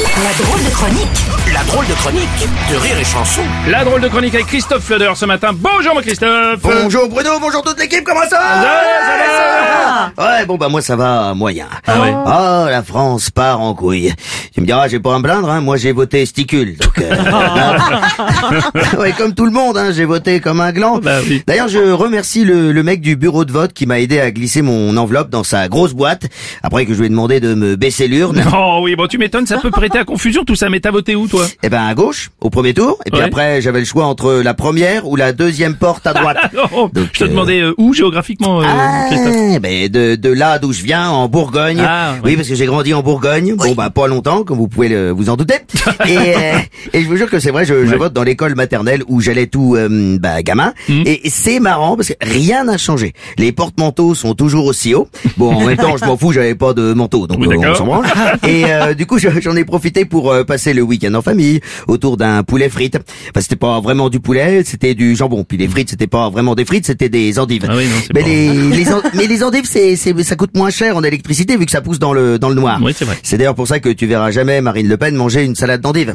La drôle de chronique La drôle de chronique de Rire et Chanson. La drôle de chronique avec Christophe Feder ce matin. Bonjour mon Christophe Bonjour Bruno, bonjour toute l'équipe, comment ça Ça va va, ça va Ouais, bon bah moi ça va moyen. Ah ouais. Oh, la France part en couille. Tu me diras, j'ai pas à me plaindre, hein, moi j'ai voté sticule. Donc, euh, ouais, comme tout le monde, hein, j'ai voté comme un gland. Bah oui. D'ailleurs, je remercie le, le mec du bureau de vote qui m'a aidé à glisser mon enveloppe dans sa grosse boîte, après que je lui ai demandé de me baisser l'urne. Oh oui, bon tu m'étonnes, ça peut prêter à confusion tout ça, mais t'as voté où toi Eh ben à gauche, au premier tour, et puis Ouais. après j'avais le choix entre la première ou la deuxième porte à droite. Oh, Donc, Je te euh, demandais euh, où géographiquement euh, Christophe Ah, ben de, de là d'où je viens, en Bourgogne. Ah, oui. oui. parce que j'ai grandi en Bourgogne. Bon, bah pas longtemps, comme vous pouvez le- vous en douter. et, euh, et je vous jure que c'est vrai, je, je vote dans l'école maternelle où j'allais tout euh, bah, gamin. Hmm. Et c'est marrant parce que rien n'a changé. Les porte-manteaux sont toujours aussi hauts. Bon, en même temps, je m'en fous, j'avais pas de manteau, donc Oui, euh, on d'accord. s'en branle. Et euh, du coup, je- j'en ai profité pour euh, passer le week-end en famille autour d'un poulet frites. Enfin, c'était pas vraiment du poulet, c'était du jambon. Puis les frites, c'était pas vraiment des frites, c'était des endives. Ah oui, non, c'est Mais pas- les, les en- mais les endives, c'est, c'est- ça coûte moins cher en électricité vu que ça pousse dans le, dans le noir. Oui, c'est vrai. C'est d'ailleurs pour ça que tu verras jamais Marine Le Pen manger une salade d'endives.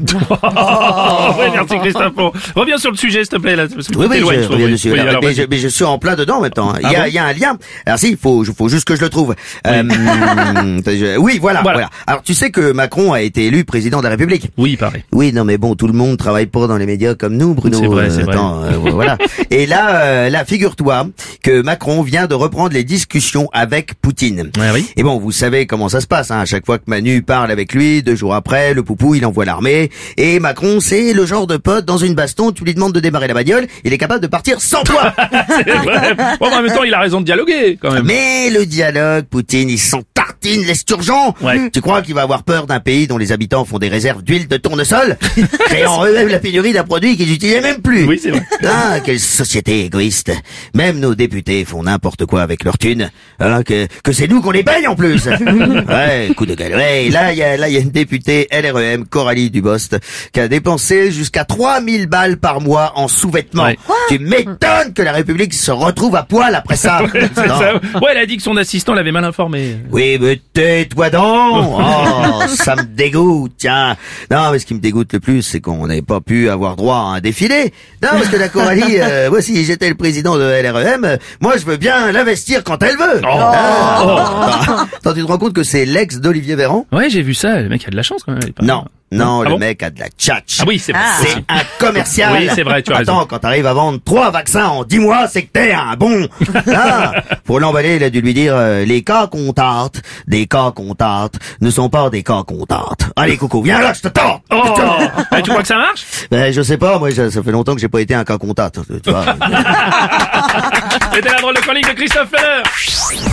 Oh, ouais, merci Christophe. Bon, reviens sur le sujet s'il te plaît là. parce que Oui, tu oui, je t'éloignes, trouve, reviens oui. dessus. Oui, Alors, alors, mais, vas-y. je, mais je suis en plein dedans en même temps. hein. Il y, Ah a, bon il y a un lien. Alors si, il faut, je- faut juste que je le trouve. Euh, je- oui, voilà, Voilà. voilà. Alors tu sais que Macron a été élu président de la République. Oui, pareil. Oui, non, mais bon, tout le monde travaille pas dans les médias comme nous, Bruno. C'est vrai, Euh, c'est vrai. attends, euh, voilà. Et là, euh, là, figure-toi que Macron vient de reprendre les discussions avec Poutine. Ouais, oui. Et Eh bon, vous savez comment ça se passe. Hein. À chaque fois que Manu parle avec lui, deux jours après, le poupou, il envoie l'armée. Et Macron, c'est le genre de pote dans une baston. Tu lui demandes de démarrer la bagnole, il est capable de partir sans toi. C'est vrai. Bon, mais en même temps, il a raison de dialoguer quand même. Mais le dialogue, Poutine, ils sont tartines, l'esturgeon Ouais. Tu crois qu'il va avoir peur d'un pays dont les habitants font des réserves d'huile de tournesol, créant eux-mêmes la pénurie d'un produit qu'ils n'utilisaient même plus Oui, c'est vrai. Ah, quelle société égoïste Même nos députés font n'importe quoi avec leur thune, alors que, que c'est nous qu'on les paye en plus Ouais, coup de gueule. Ouais, là, il y a, là, il y a une députée LREM, Coralie Dubost, qui a dépensé jusqu'à 3000 balles par mois en sous-vêtements. Ouais. Tu m'étonnes que la République se retrouve à poil après ça C'est Non. ça. Ouais, elle a dit que son assistant l'avait mal informé. Oui, mais tais-toi donc Oh, ça me dégoûte, tiens Non, mais ce qui me dégoûte le plus, c'est qu'on n'ait pas pu avoir droit à un défilé Non, parce que la Coralie, euh, moi, si j'étais le président de LREM, euh, moi, je veux bien l'investir quand elle veut Oh. Ah, attends, attends, tu te rends compte que c'est l'ex d'Olivier Véran Ouais, j'ai vu ça. Le mec a de la chance quand même. il est pas- Non, non, Ah le bon mec a de la tchatch Ah oui, c'est vrai. c'est un commercial. Oui, c'est vrai, tu as Attends, raison. quand t'arrives à vendre trois vaccins en dix mois, c'est que t'es un bon. Ah, pour l'emballer, il a dû lui dire euh, les cas qu'on tarte, des cas qu'on tarte, ne sont pas des cas qu'on tarte. Allez, coucou, viens là, je te tente. Oh Eh, Tu crois que ça marche Ben, je sais pas, moi, je- ça fait longtemps que j'ai pas été un cas qu'on tarte. Tu vois. C'était la drôle de chronique de Christophe Feder.